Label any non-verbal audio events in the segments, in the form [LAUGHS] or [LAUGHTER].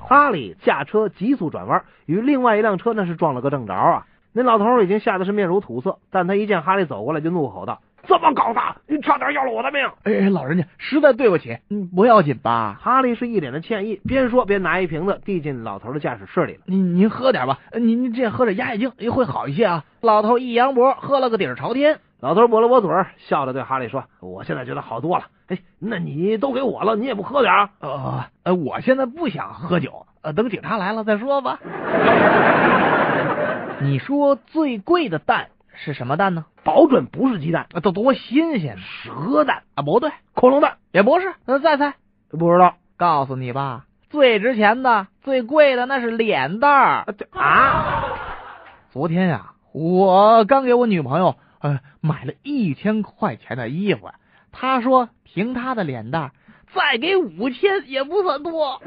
哈利驾车急速转弯，与另外一辆车那是撞了个正着啊！那老头儿已经吓得是面如土色，但他一见哈利走过来，就怒吼道：“这么搞的，你差点要了我的命哎，老人家，实在对不起，嗯，不要紧！”吧？哈利是一脸的歉意，边说边拿一瓶子递进老头儿的驾驶室里了。您您喝点吧，呃您您这样喝着压压惊，也会好一些啊。老头一扬脖，喝了个底儿朝天。老头儿抹了抹嘴儿，笑着对哈利说：“我现在觉得好多了。哎，那你都给我了，你也不喝点儿啊？呃呃，我现在不想喝酒，呃，等警察来了再说吧。 [LAUGHS] 你说最贵的蛋是什么蛋呢？保准不是鸡蛋，啊，都多新鲜呢蛇蛋、啊！不对，恐龙蛋，也不是。那再猜，不知道 [LAUGHS] 告诉你吧，最值钱的、最贵的那是脸蛋儿。啊？对啊，昨天呀、我刚给我女朋友呃买了一千块钱的衣服，她说凭她的脸蛋儿，再给五千也不算多。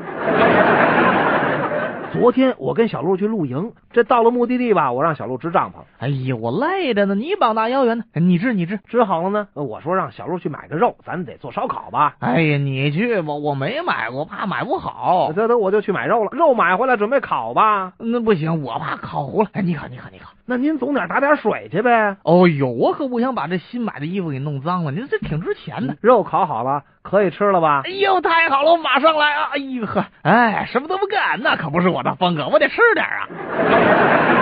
昨天我跟小鹿去露营，这到了目的地吧，我让小鹿支帐篷。哎呦，我累着呢，你膀大腰圆的，你治你治。支好了呢，呃我说让小鹿去买个肉，咱得做烧烤吧。哎呀，你去吧，我没买过，怕买不好。这都我就去买肉了，肉买回来准备烤吧。那不行，我怕烤糊了。哎，你烤，你烤，你烤。那您总得打点水去呗。哦呦，我可不想把这新买的衣服给弄脏了，您这挺值钱的。肉烤好了，可以吃了吧哎？呦，太好了，我马上来啊！哎呦呵，哎，什么都不干，那可不是我的风格，我得吃点啊。